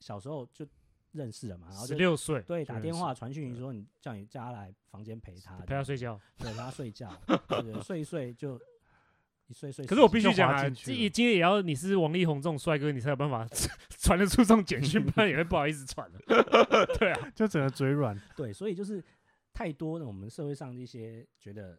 Speaker 4: 小时候就认识了嘛，然后
Speaker 3: 十
Speaker 4: 就
Speaker 3: 六岁
Speaker 4: 对，
Speaker 3: 就
Speaker 4: 打
Speaker 3: 认
Speaker 4: 电
Speaker 3: 识
Speaker 4: 话传讯息
Speaker 3: 对
Speaker 4: 说你叫你叫他来房间陪他，
Speaker 3: 陪他睡觉。
Speaker 4: 对，陪他睡觉，
Speaker 3: <laughs>
Speaker 4: 对对睡一睡就一睡睡。
Speaker 3: 可是我必
Speaker 2: 就
Speaker 3: 须讲
Speaker 2: 滑
Speaker 3: 啊，
Speaker 2: 进去
Speaker 3: 今
Speaker 2: 了
Speaker 3: 今天也要你是王力宏这种帅哥，你才有办法 <laughs> 传得出这种简讯，不然也会不好意思传了。对啊，
Speaker 2: 就
Speaker 3: <laughs>
Speaker 2: 整个嘴软。
Speaker 4: 对，所以就是太多呢，我们社会上的一些觉得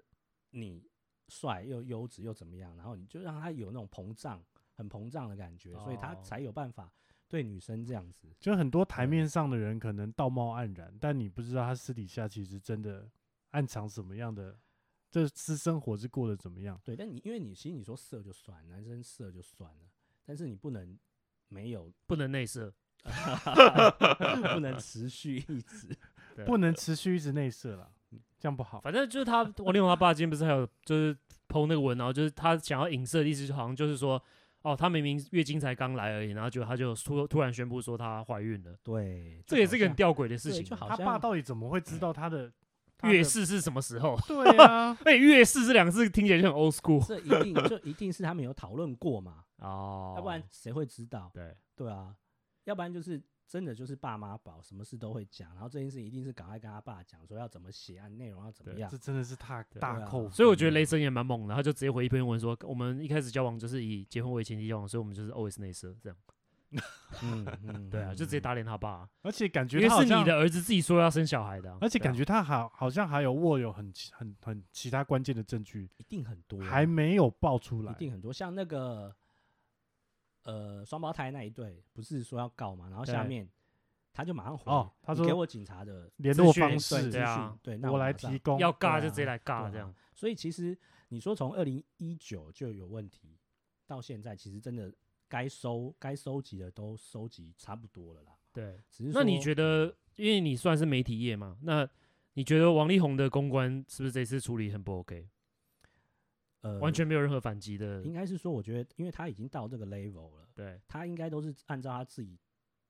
Speaker 4: 你帅又优质又怎么样，然后你就让他有那种膨胀，很膨胀的感觉，所以他
Speaker 3: 哦
Speaker 4: 才有办法对女生这样子。
Speaker 2: 就很多台面上的人可能道貌岸然，但你不知道他私底下其实真的暗藏什么样的，这私生活是过得怎么样。
Speaker 4: 对，但你因为你其实你说色就算，男生色就算了，但是你不能没有， <laughs>
Speaker 3: 不能内射，
Speaker 4: 不能持续一
Speaker 3: <laughs>
Speaker 4: 直。
Speaker 3: 对呃嗯
Speaker 2: 不能持续一直内射啦，这样不好。
Speaker 3: 反正就是他王力宏他爸今天不是还有就是剖那个文，然后就是他想要影射的意思，就好像就是说，哦，她明明月经才刚来而已，然后就他就突突然宣布说她怀孕了，
Speaker 4: 对，
Speaker 3: 这也是
Speaker 4: 这
Speaker 3: 一个很吊诡的事
Speaker 4: 对
Speaker 3: 情
Speaker 4: 就
Speaker 3: 啊。
Speaker 4: 好
Speaker 2: 他爸
Speaker 4: 像
Speaker 2: 到底怎么会知道他的他
Speaker 3: 月
Speaker 2: 的
Speaker 3: 事嗯是什么时候？ <laughs>
Speaker 2: 对啊，
Speaker 3: 哎，月事这两个字听起来就很 old school
Speaker 4: 这一定就一定是他们有讨论过嘛，
Speaker 3: 哦，
Speaker 4: 要不然谁会知道？
Speaker 3: 对
Speaker 4: 对啊，要不然就是真的就是爸妈宝，什么事都会讲，然后这件事一定是赶快跟他爸讲，说要怎么写啊，内容要怎么
Speaker 3: 对
Speaker 4: 样
Speaker 2: 这。真的是大
Speaker 3: 对
Speaker 2: 大
Speaker 4: 啊
Speaker 2: 扣分啊。
Speaker 3: 所以我觉得雷神也蛮猛的，他就直接回一篇文说，我们一开始交往就是以结婚为前提交往，所以我们就是 always 内射这样。
Speaker 4: 嗯嗯，
Speaker 3: 对啊，就直接打脸他爸啊，
Speaker 2: 而且感
Speaker 3: 因
Speaker 2: 觉
Speaker 3: 为
Speaker 2: 他好
Speaker 3: 是你
Speaker 2: 像
Speaker 3: 的，儿子自己说要生小孩的啊，
Speaker 2: 而且
Speaker 3: 对
Speaker 2: 感
Speaker 3: 啊
Speaker 2: 觉他好好像还有握有很其很很其他关键的证据，
Speaker 4: 一定很多啊，
Speaker 2: 还没有爆出
Speaker 4: 一
Speaker 2: 来。
Speaker 4: 定很多。像那个呃双胞胎那一对，不是说要告嘛，然后下
Speaker 3: 对
Speaker 4: 面他就马上回，
Speaker 2: 哦他
Speaker 4: 你
Speaker 2: 说
Speaker 4: 给我警察的
Speaker 2: 联
Speaker 3: 资
Speaker 2: 络
Speaker 3: 讯
Speaker 2: 方
Speaker 4: 对
Speaker 2: 式
Speaker 4: 资
Speaker 3: 对啊
Speaker 4: 讯，对，那
Speaker 2: 我来
Speaker 4: 马上
Speaker 2: 提。供。
Speaker 3: 要尬
Speaker 4: 对
Speaker 3: 就直接
Speaker 4: 啊
Speaker 3: 来尬
Speaker 4: 对
Speaker 3: 这样
Speaker 4: 啊。所以其实你说从二零一九就有问题，到现在其实真的该收该收集的都收集差不多了啦。
Speaker 3: 对，
Speaker 4: 只是
Speaker 3: 那你
Speaker 4: 说
Speaker 3: 觉得，因为你算是媒体业嘛，那你觉得王力宏的公关是不是这次处理很不 OK？、
Speaker 4: 呃
Speaker 3: 完全没有任何反击的，
Speaker 4: 应该是说，我觉得因为他已经到这个 level 了，
Speaker 3: 对
Speaker 4: 他应该都是按照他自己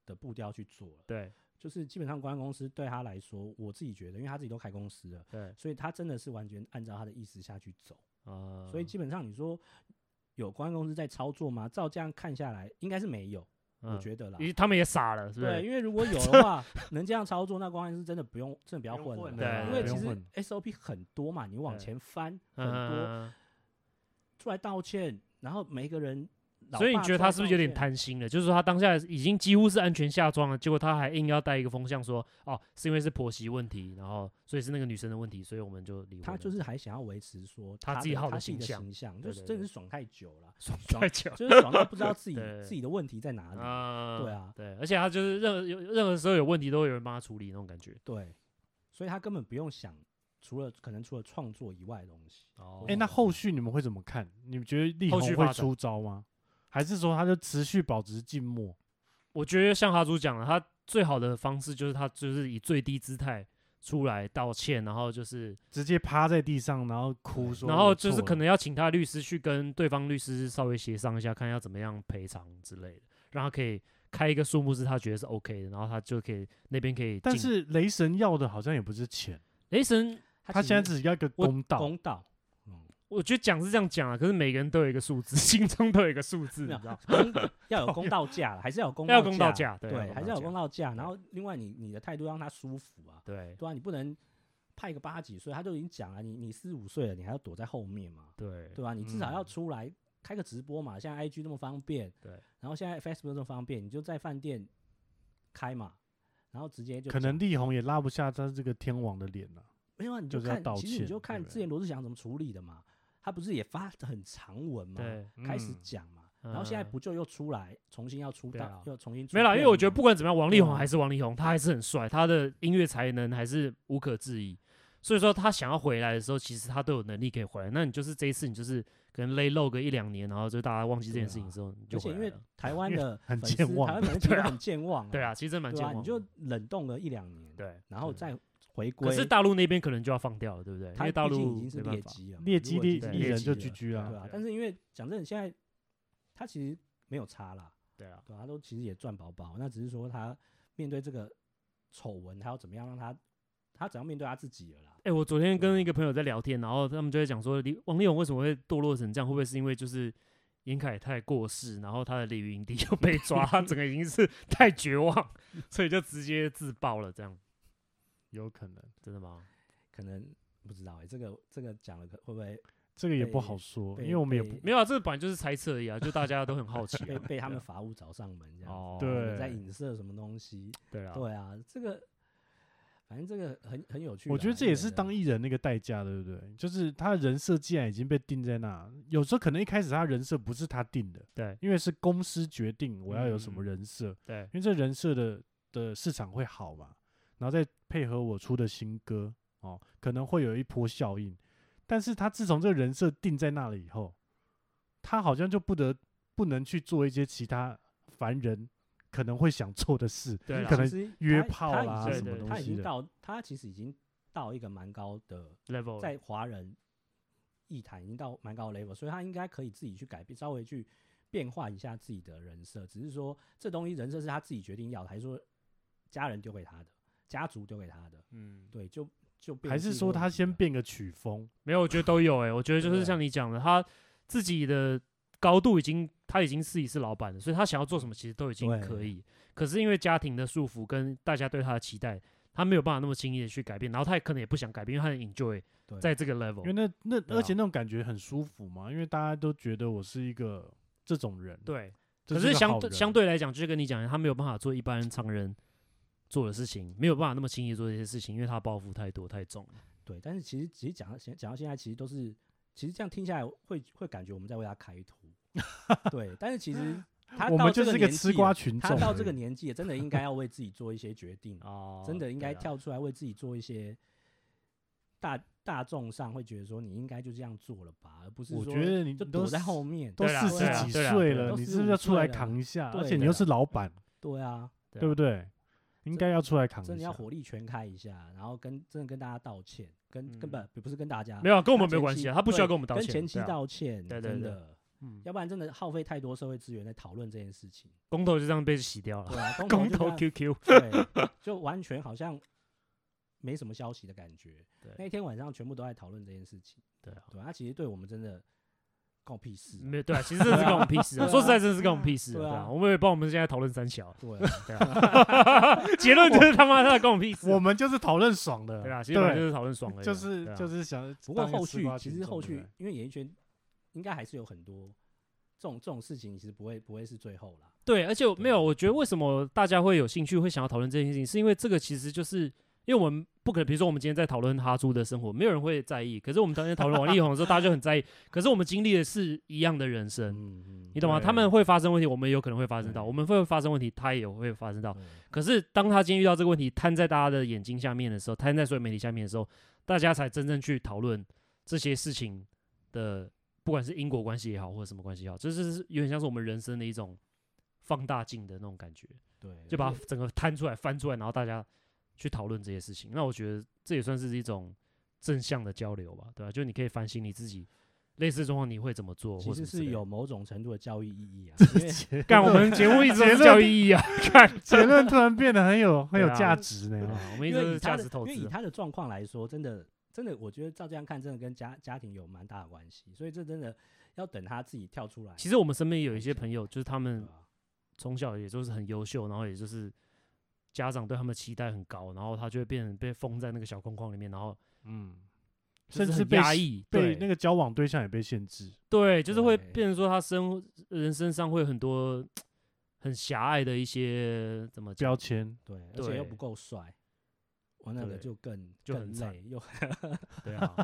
Speaker 4: 的步调去做了。
Speaker 3: 对
Speaker 4: 就是基本上公关公司对他来说，我自己觉得，因为他自己都开公司了，
Speaker 3: 对，
Speaker 4: 所以他真的是完全按照他的意思下去走。
Speaker 3: 呃，
Speaker 4: 所以基本上你说有公关公司在操作吗？照这样看下来，应该是没有，我
Speaker 3: 嗯
Speaker 4: 觉得啦。
Speaker 3: 因为他们也傻了，是不
Speaker 4: 对，
Speaker 3: 是？
Speaker 4: 因为如果有
Speaker 3: <laughs>
Speaker 4: 的话，能这样操作，那公关公司真的不用，真的不要
Speaker 2: 不用
Speaker 4: 混
Speaker 2: 混
Speaker 3: 了
Speaker 4: 了。
Speaker 3: 啦
Speaker 4: 因为
Speaker 3: 不
Speaker 4: 其
Speaker 2: 用
Speaker 4: 实
Speaker 2: 混
Speaker 4: SOP 很多嘛，你往
Speaker 3: 对
Speaker 4: 前翻很多，
Speaker 3: 嗯，
Speaker 4: 出来道歉，然后每一个人。老
Speaker 3: 所以你
Speaker 4: 爸
Speaker 3: 觉得
Speaker 4: 出来
Speaker 3: 他是不是
Speaker 4: 道
Speaker 3: 有点
Speaker 4: 歉
Speaker 3: 贪心了？就是说他当下已经几乎是安全下装了，结果他还硬要带一个风向说，哦，是因为是婆媳问题，然后所以是那个女生的问题，所以我们就离婚了。
Speaker 4: 他就是还想要维持说
Speaker 3: 他
Speaker 4: 他
Speaker 3: 自己好
Speaker 4: 的
Speaker 3: 的
Speaker 4: 他自己
Speaker 3: 形象
Speaker 4: 形象，
Speaker 3: 对
Speaker 4: 就是
Speaker 3: 对
Speaker 4: 真的
Speaker 3: 对
Speaker 4: 是爽太久
Speaker 3: <laughs>
Speaker 4: 了，
Speaker 3: 爽
Speaker 4: 爽
Speaker 3: 太久
Speaker 4: 就是爽到不知道自己
Speaker 3: 对
Speaker 4: 自己的问题在哪里。
Speaker 3: 啊
Speaker 4: 对啊
Speaker 3: 对，而且他就是任何有任何时候有问题都会有人帮他处理那种感觉。
Speaker 4: 对，所以他根本不用想除了可能除了创作以外的东西。
Speaker 3: 哦
Speaker 2: 哎，那后续你们会怎么看？你们觉得力
Speaker 3: 后
Speaker 2: 宏
Speaker 3: 续发
Speaker 2: 会
Speaker 3: 展
Speaker 2: 出招吗？还是说他就持续保持静默？
Speaker 3: 我觉得像哈猪讲了，他最好的方式就是他就是以最低姿态出来道歉，然后就是，
Speaker 2: 直接趴在地上，然后哭说，
Speaker 3: 然后
Speaker 2: 我
Speaker 3: 就是
Speaker 2: 错
Speaker 3: 可
Speaker 2: 了
Speaker 3: 能要请他律师去跟对方律师稍微协商一下，看要怎么样赔偿之类的，让他可以开一个数目是他觉得是 OK 的，然后他就可以那边可以进。
Speaker 2: 但是雷神要的好像也不是钱，
Speaker 3: 雷神，
Speaker 2: 他
Speaker 4: 其
Speaker 2: 现在
Speaker 4: 实
Speaker 2: 只要一个
Speaker 3: 我
Speaker 2: 公道。
Speaker 4: 公道，嗯
Speaker 3: 我觉得讲是这样讲啊，可是每个人都有一个数字， <laughs> 心中都有一个数字，你
Speaker 4: 没有
Speaker 3: 知道？
Speaker 4: 公 <laughs> 要有公道价啦，还是要有公
Speaker 3: 要有公道
Speaker 4: 道
Speaker 3: 价对
Speaker 4: 对，
Speaker 3: 要有公
Speaker 4: 还
Speaker 3: 道
Speaker 4: 是要有
Speaker 3: 价
Speaker 4: 公道价。然后另外你你的态度让他舒服啊，
Speaker 3: 对
Speaker 4: 对啊，你不能派一个八十几岁，他都已经讲了，你你四十五岁了，你还要躲在后面嘛？
Speaker 3: 对
Speaker 4: 对吧、你至少要
Speaker 2: 嗯
Speaker 4: 出来开个直播嘛，现在 IG 那么方便，
Speaker 3: 对，
Speaker 4: 然后现在 Facebook 这么方便，你就在饭店开嘛，然后直接就
Speaker 2: 可能力宏也拉不下他这个天王的脸了、
Speaker 4: 没有啊，你
Speaker 2: 就是要
Speaker 4: 看，
Speaker 2: 道
Speaker 4: 其实你
Speaker 2: 歉对
Speaker 4: 就看
Speaker 2: 不
Speaker 4: 之
Speaker 2: 对
Speaker 4: 前罗志祥怎么处理的嘛，他不是也发很长文嘛，
Speaker 3: 对，
Speaker 4: 开始
Speaker 2: 嗯
Speaker 4: 讲嘛，然后现在
Speaker 3: 嗯
Speaker 4: 不就又出来重新要出
Speaker 3: 对
Speaker 4: 道，
Speaker 3: 啊
Speaker 4: 又重新出
Speaker 3: 没啦，因为我
Speaker 4: 片
Speaker 3: 觉得
Speaker 4: 嘛
Speaker 3: 不管怎么样，王力
Speaker 4: 对
Speaker 3: 宏
Speaker 4: 啊
Speaker 3: 还是王力宏，他还是很帅，他的音乐才能还是无可置疑。所以说他想要回来的时候，其实他都有能力可以回来。那你就是这一次，你就是可能勒漏个一两年，然后就大家忘记这
Speaker 4: 对
Speaker 3: 件事情
Speaker 4: 啊
Speaker 3: 之后，你就
Speaker 4: 而且
Speaker 3: 回
Speaker 4: 因
Speaker 3: 来
Speaker 4: 为
Speaker 3: 了。
Speaker 4: 台
Speaker 3: <laughs>
Speaker 4: 湾的
Speaker 2: 很
Speaker 4: 粉丝，
Speaker 2: 健忘
Speaker 4: 台湾粉丝其
Speaker 3: 对
Speaker 4: 实
Speaker 3: 啊
Speaker 4: 很健忘、啊，
Speaker 3: 对啊，，其实真蛮
Speaker 4: 对
Speaker 3: 健
Speaker 4: 啊，
Speaker 3: 忘
Speaker 4: 你
Speaker 3: 的。
Speaker 4: 就冷冻了一两年，
Speaker 3: 对，
Speaker 4: 然后
Speaker 3: 对
Speaker 4: 再回归，
Speaker 3: 可是大陆那边可能就要放掉了，对不对？因
Speaker 4: 他
Speaker 3: 为大
Speaker 4: 毕竟
Speaker 3: 陆
Speaker 4: 已经是
Speaker 3: 没办
Speaker 4: 劣
Speaker 3: 法。
Speaker 4: 迹了嘛，
Speaker 2: 劣
Speaker 4: 如
Speaker 2: 迹
Speaker 4: 果已
Speaker 2: 地
Speaker 4: 经是
Speaker 2: 艺
Speaker 3: 劣
Speaker 2: 人
Speaker 3: 迹
Speaker 2: 就
Speaker 3: 了
Speaker 2: GG
Speaker 4: 对
Speaker 2: 啦。
Speaker 4: 啊
Speaker 3: 对，
Speaker 4: 但是因为讲真的，现在他其实没有差啦，
Speaker 3: 对啊，
Speaker 4: 对啊，他都其实也赚饱饱，那只是说他面对这个丑闻，他要怎么样让他，他只要面对他自己了啦。
Speaker 3: 哎、我昨天跟一个朋友在聊天，然后他们就在讲说，李王力宏为什么会堕落成这样？会不会是因为就是严凯泰过世，然后他的李云迪又被抓，他整个已
Speaker 2: <laughs>
Speaker 3: 经是太绝望，所以就直接自爆了，这样
Speaker 2: 有可能，
Speaker 3: 真的吗？
Speaker 4: 可能不知道哎、这个这个讲了可会不会
Speaker 2: 这个也不
Speaker 4: 被
Speaker 2: 好说，
Speaker 4: 被
Speaker 2: 因为我们也
Speaker 4: 被
Speaker 2: 不
Speaker 3: 没有啊，这本来就是猜测而已啊，就大家都
Speaker 2: <laughs>
Speaker 3: 很好奇、
Speaker 4: 被
Speaker 3: 啊，
Speaker 4: 被他们法务找上门这样子？
Speaker 3: 哦，
Speaker 2: 对
Speaker 4: 在影射什么东西？
Speaker 3: 对啊，
Speaker 4: 对啊，这个反正这个很很有趣啦。啊
Speaker 2: 我觉得这也是
Speaker 4: 个
Speaker 2: 当艺人那个代价，对不对？就是他的人设既然已经被定在那，有时候可能一开始他人设不是他定的，
Speaker 3: 对
Speaker 2: 因为是公司决定我要有什么
Speaker 3: 嗯
Speaker 2: 人设，
Speaker 3: 对
Speaker 2: 因为这人设的的市场会好嘛，然后再配合我出的新歌哦，可能会有一波效应。但是他自从这个人设定在那里以后，他好像就不得不能去做一些其他凡人可能会想做的事，
Speaker 3: 对啦
Speaker 2: 可能
Speaker 4: 其实
Speaker 2: 约
Speaker 4: 他
Speaker 2: 炮啊
Speaker 4: 他已
Speaker 2: 啦
Speaker 4: 经
Speaker 3: 什么东
Speaker 4: 他已
Speaker 2: 西
Speaker 4: 经
Speaker 2: 的
Speaker 4: 到他其实已经到一个蛮高的，
Speaker 3: level
Speaker 4: 在华人艺坛已经到蛮高的 level，所以他应该可以自己去改变，稍微去变化一下自己的人设。只是说这东西人设是他自己决定要的，还是说家人丢给他的，家族丢给他的？
Speaker 3: 嗯，
Speaker 4: 对，就就变
Speaker 2: 还
Speaker 4: 成
Speaker 2: 是
Speaker 4: 一个
Speaker 2: 说
Speaker 4: 问
Speaker 2: 他
Speaker 4: 题
Speaker 2: 先
Speaker 4: 了
Speaker 2: 变个曲风？
Speaker 3: 没有，我觉得都有哎、我觉得就
Speaker 4: 对
Speaker 3: 是
Speaker 4: 啊
Speaker 3: 像你讲的，他自己的高度已经他已经自己是老板了，所以他想要做什么其实都已经
Speaker 4: 对
Speaker 3: 可以。可是因为家庭的束缚跟大家对他的期待，他没有办法那么轻易的去改变，然后他也可能也不想改变，因为他很 enjoy
Speaker 4: 对
Speaker 3: 在这个
Speaker 2: 因为
Speaker 3: level。
Speaker 2: 那那
Speaker 3: 对啊
Speaker 2: 而且那种感觉很舒服嘛，因为大家都觉得我是一个这种人，
Speaker 3: 对，
Speaker 2: 这
Speaker 3: 可
Speaker 2: 是
Speaker 3: 是
Speaker 2: 个
Speaker 3: 相
Speaker 2: 好
Speaker 3: 对
Speaker 2: 人
Speaker 3: 相对来讲，就是跟你讲的，他没有办法做一般人常人做的事情，没有办法那么轻易做这些事情，因为他包袱太多太重了。，
Speaker 4: 对，但是其实其实讲到现讲到现在，其实都是其实这样听下来会会感觉我们在为他开
Speaker 2: <laughs>
Speaker 4: 脱，对。但是其实他
Speaker 2: 我
Speaker 4: 到
Speaker 2: 们就
Speaker 4: 这
Speaker 2: 是
Speaker 4: 年纪
Speaker 2: 吃瓜
Speaker 4: 了
Speaker 2: 群众
Speaker 4: 他
Speaker 2: 而已。
Speaker 4: 到这个年纪了，真的应该要为自己做一些决定
Speaker 2: <laughs>
Speaker 3: 哦
Speaker 4: 真的应该
Speaker 3: 对啊
Speaker 4: 跳出来为自己做一些大大众上会觉得说你应该就这样做了吧，而不是
Speaker 2: 我
Speaker 4: 说
Speaker 2: 觉得你
Speaker 4: 就
Speaker 2: 你
Speaker 4: 躲
Speaker 2: 都
Speaker 4: 在
Speaker 2: 是
Speaker 4: 后面，
Speaker 2: 都
Speaker 3: 对啦
Speaker 2: 四
Speaker 4: 对
Speaker 2: 十
Speaker 4: 啊
Speaker 2: 几
Speaker 3: 对啦
Speaker 2: 岁
Speaker 3: 对
Speaker 2: 了，
Speaker 4: 都
Speaker 2: 你
Speaker 4: 四
Speaker 2: 是不
Speaker 4: 五
Speaker 2: 是要出
Speaker 4: 岁
Speaker 2: 来
Speaker 4: 了
Speaker 2: 扛一下？而
Speaker 4: 对
Speaker 2: 且你
Speaker 4: 的
Speaker 2: 又是老板，
Speaker 4: 对啊，
Speaker 3: 对
Speaker 2: 对
Speaker 3: 啊
Speaker 2: 不对？应
Speaker 4: 这
Speaker 2: 该要出来扛一下。
Speaker 4: 真的要火力全开一下，然后跟真的跟大家道歉，跟根
Speaker 3: 嗯
Speaker 4: 本不是跟大家
Speaker 3: 没有啊跟我们
Speaker 4: 他
Speaker 3: 没有
Speaker 4: 前
Speaker 3: 关
Speaker 4: 期
Speaker 3: 系啊，他不需要
Speaker 4: 对
Speaker 3: 跟我们道歉，
Speaker 4: 跟前妻
Speaker 3: 对啊
Speaker 4: 道歉，
Speaker 3: 对对
Speaker 4: 真
Speaker 3: 对
Speaker 4: 的，
Speaker 3: 嗯
Speaker 4: 要不然真的耗费太多社会资源在讨论这件事情。
Speaker 3: 公投就这样被洗掉了，
Speaker 4: 对啊，
Speaker 3: 公
Speaker 4: 公
Speaker 3: 投
Speaker 4: 投
Speaker 3: QQ。
Speaker 4: 对，就完全好像没什么消息的感觉
Speaker 3: 对。
Speaker 4: 那一天晚上全部都在讨论这件事情，
Speaker 3: 对啊，
Speaker 4: 对啊，其实对我们真的关我屁事啊。
Speaker 3: 没有对啊，其实这是关我们屁事啊。
Speaker 4: 对啊
Speaker 3: 说实在，真的是关我们屁事啊。
Speaker 4: 对
Speaker 3: 对
Speaker 4: 啊
Speaker 3: 啊，我们也帮我们现在讨论三小，
Speaker 4: 对
Speaker 3: <laughs>
Speaker 4: 啊，
Speaker 3: 对啊，结论就是他妈的关我们屁事
Speaker 2: 我
Speaker 3: 啊。
Speaker 2: 们就是讨论爽的，
Speaker 3: 对啊，其实本来就
Speaker 2: 对，
Speaker 3: 是讨论爽而已啊。
Speaker 2: 就是就是是想
Speaker 4: 不过
Speaker 2: 当一个
Speaker 4: 后
Speaker 2: 吃
Speaker 4: 续
Speaker 2: 瓜
Speaker 4: 其
Speaker 2: 群
Speaker 4: 实
Speaker 2: 众
Speaker 4: 后
Speaker 2: 对
Speaker 4: 续
Speaker 2: 不对
Speaker 4: 因为演艺圈应该还是有很多这种这种事情，其实不会不会是最后啦。
Speaker 3: 对，而且我
Speaker 4: 对
Speaker 3: 没有，我觉得为什么大家会有兴趣，会想要讨论这件事情，是因为这个其实就是。因为我们不可能，比如说我们今天在讨论哈猪的生活，没有人会在意。可是我们当天讨论王力宏的时候，大家就很在意。可是我们经历的是一样的人生，
Speaker 4: 嗯
Speaker 3: 你懂吗？
Speaker 2: 对
Speaker 3: 他们会发生问题，我们也有可能会发生到；
Speaker 4: 对
Speaker 3: 我们会发生问题，他也会发生到。
Speaker 4: 对
Speaker 3: 可是当他今天遇到这个问题，摊在大家的眼睛下面的时候，摊在所有媒体下面的时候，大家才真正去讨论这些事情的，不管是因果关系也好，或者什么关系也好，这就是有点像是我们人生的一种放大镜的那种感觉，
Speaker 4: 嗯对，
Speaker 3: 就把
Speaker 4: 而
Speaker 3: 它
Speaker 4: 且
Speaker 3: 整个摊出来、翻出来，然后大家去讨论这些事情。那我觉得这也算是一种正向的交流吧，对吧、就你可以反省你自己类似的状况，你会怎么做，
Speaker 4: 其
Speaker 3: 或
Speaker 4: 实
Speaker 3: 者
Speaker 4: 是有某种程度的教育意义啊，因为
Speaker 3: 干我们节目一直
Speaker 4: <laughs>
Speaker 3: 都是教育意义啊，看
Speaker 2: 结论突然变得很有很有
Speaker 3: 对啊
Speaker 2: 价值呢。哦
Speaker 3: 啊我们一
Speaker 4: 因
Speaker 3: 直
Speaker 4: 为
Speaker 3: 都
Speaker 4: 以
Speaker 3: 是
Speaker 4: 他
Speaker 3: 价
Speaker 4: 的
Speaker 3: 值投
Speaker 4: 因为以
Speaker 3: 资。啊
Speaker 4: 他的状况来说，真的真的，我觉得照这样看，真的跟家家庭有蛮大的关系，所以这真的要等他自己跳出来。
Speaker 3: 其
Speaker 4: 实，
Speaker 3: 实我们嗯身边有一些朋友，就是他
Speaker 4: 对
Speaker 3: 们
Speaker 4: 吧
Speaker 3: 从小也就是很优秀，然后也就是家长对他们期待很高，然后他就会变成被封在那个小框框里面，然后
Speaker 2: 嗯，
Speaker 3: 就
Speaker 2: 甚
Speaker 3: 是
Speaker 2: 至
Speaker 3: 很
Speaker 2: 被
Speaker 3: 压
Speaker 2: 限
Speaker 3: 抑，
Speaker 2: 被那
Speaker 3: 个
Speaker 2: 个交往对象也被限制。
Speaker 3: 对，就是会
Speaker 4: 对
Speaker 3: 变成说他生人身上会有很多很狭隘的一些怎么
Speaker 2: <laughs>
Speaker 3: 讲，
Speaker 2: 标签，
Speaker 4: 对，而且又不
Speaker 3: 对
Speaker 4: 够帅，我那
Speaker 3: 对
Speaker 4: 个就更
Speaker 3: 就
Speaker 4: 更
Speaker 3: 很惨
Speaker 4: 累，又 <laughs>
Speaker 3: 对啊，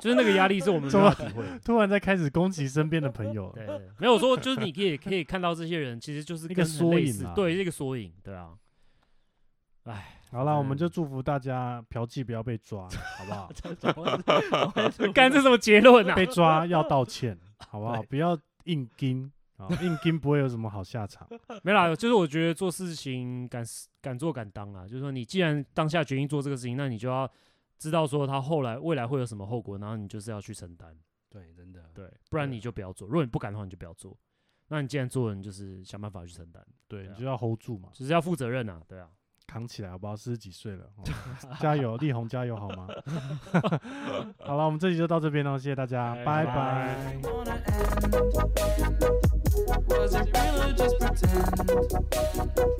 Speaker 3: 就是那个压力是我们
Speaker 2: 怎
Speaker 3: 没
Speaker 2: 么
Speaker 3: 有体会
Speaker 2: <laughs>
Speaker 3: 的。
Speaker 2: 突然在开始攻击身边的朋友了，
Speaker 3: <laughs> 对，对没有说就是你也可以看到这些人其实就是
Speaker 2: 一个
Speaker 3: 跟很
Speaker 2: 缩
Speaker 3: 类
Speaker 2: 影
Speaker 3: 似
Speaker 2: 啊
Speaker 3: 对，一个缩影，对
Speaker 2: <laughs>
Speaker 3: 啊。哎，
Speaker 2: 好啦，我们
Speaker 3: 嗯
Speaker 2: 就祝福大家嫖妓不要被
Speaker 3: <laughs>
Speaker 2: 抓，好不好？
Speaker 4: 怎么会怎么会这么
Speaker 3: 干这什么结论啊？
Speaker 2: 被抓要道歉，好不好？
Speaker 4: 对
Speaker 2: 不要硬盯啊，
Speaker 3: <laughs>
Speaker 2: 硬盯不会有什么好下场。
Speaker 3: 没啦，就是我觉得做事情敢 s- 敢做敢当啦，啊就是说你既然当下决定做这个事情，那你就要知道说他后来未来会有什么后果，然后你就是要去承担，
Speaker 4: 对，真的
Speaker 3: 对，啊不然
Speaker 4: 对
Speaker 3: 你就不要做。如果你不敢的话，你就不要做。那你既然做了，你就是想办法去承担，
Speaker 2: 对，
Speaker 3: 对
Speaker 2: 你
Speaker 3: 啊
Speaker 2: 就要 hold 住嘛，
Speaker 3: 就是要负责任啊，对啊。
Speaker 2: 扛起来，好不好？四十几岁了，哦
Speaker 3: <laughs>
Speaker 2: 加油，力宏加油，好吗？ <laughs> 好了，我们这集就到这边了，谢谢大家，拜
Speaker 3: 拜
Speaker 2: 拜
Speaker 3: 哎拜。
Speaker 1: wanna end? Was it real or just pretend?